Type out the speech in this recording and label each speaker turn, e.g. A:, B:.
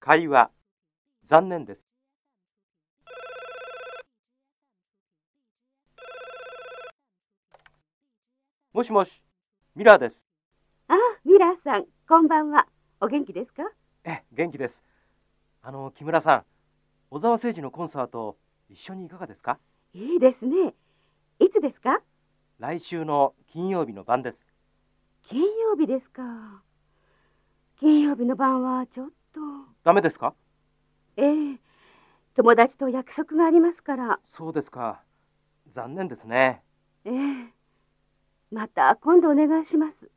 A: 会話、残念です。もしもし、ミラーです。
B: あ、ミラーさん、こんばんは。お元気ですか
A: ええ、元気です。あの、木村さん、小沢誠二のコンサート、一緒にいかがですか
B: いいですね。いつですか
A: 来週の金曜日の晩です。
B: 金曜日ですか。金曜日の晩はちょっと。
A: ダメですか
B: ええ友達と約束がありますから。
A: そうですか。残念ですね。
B: ええまた今度お願いします。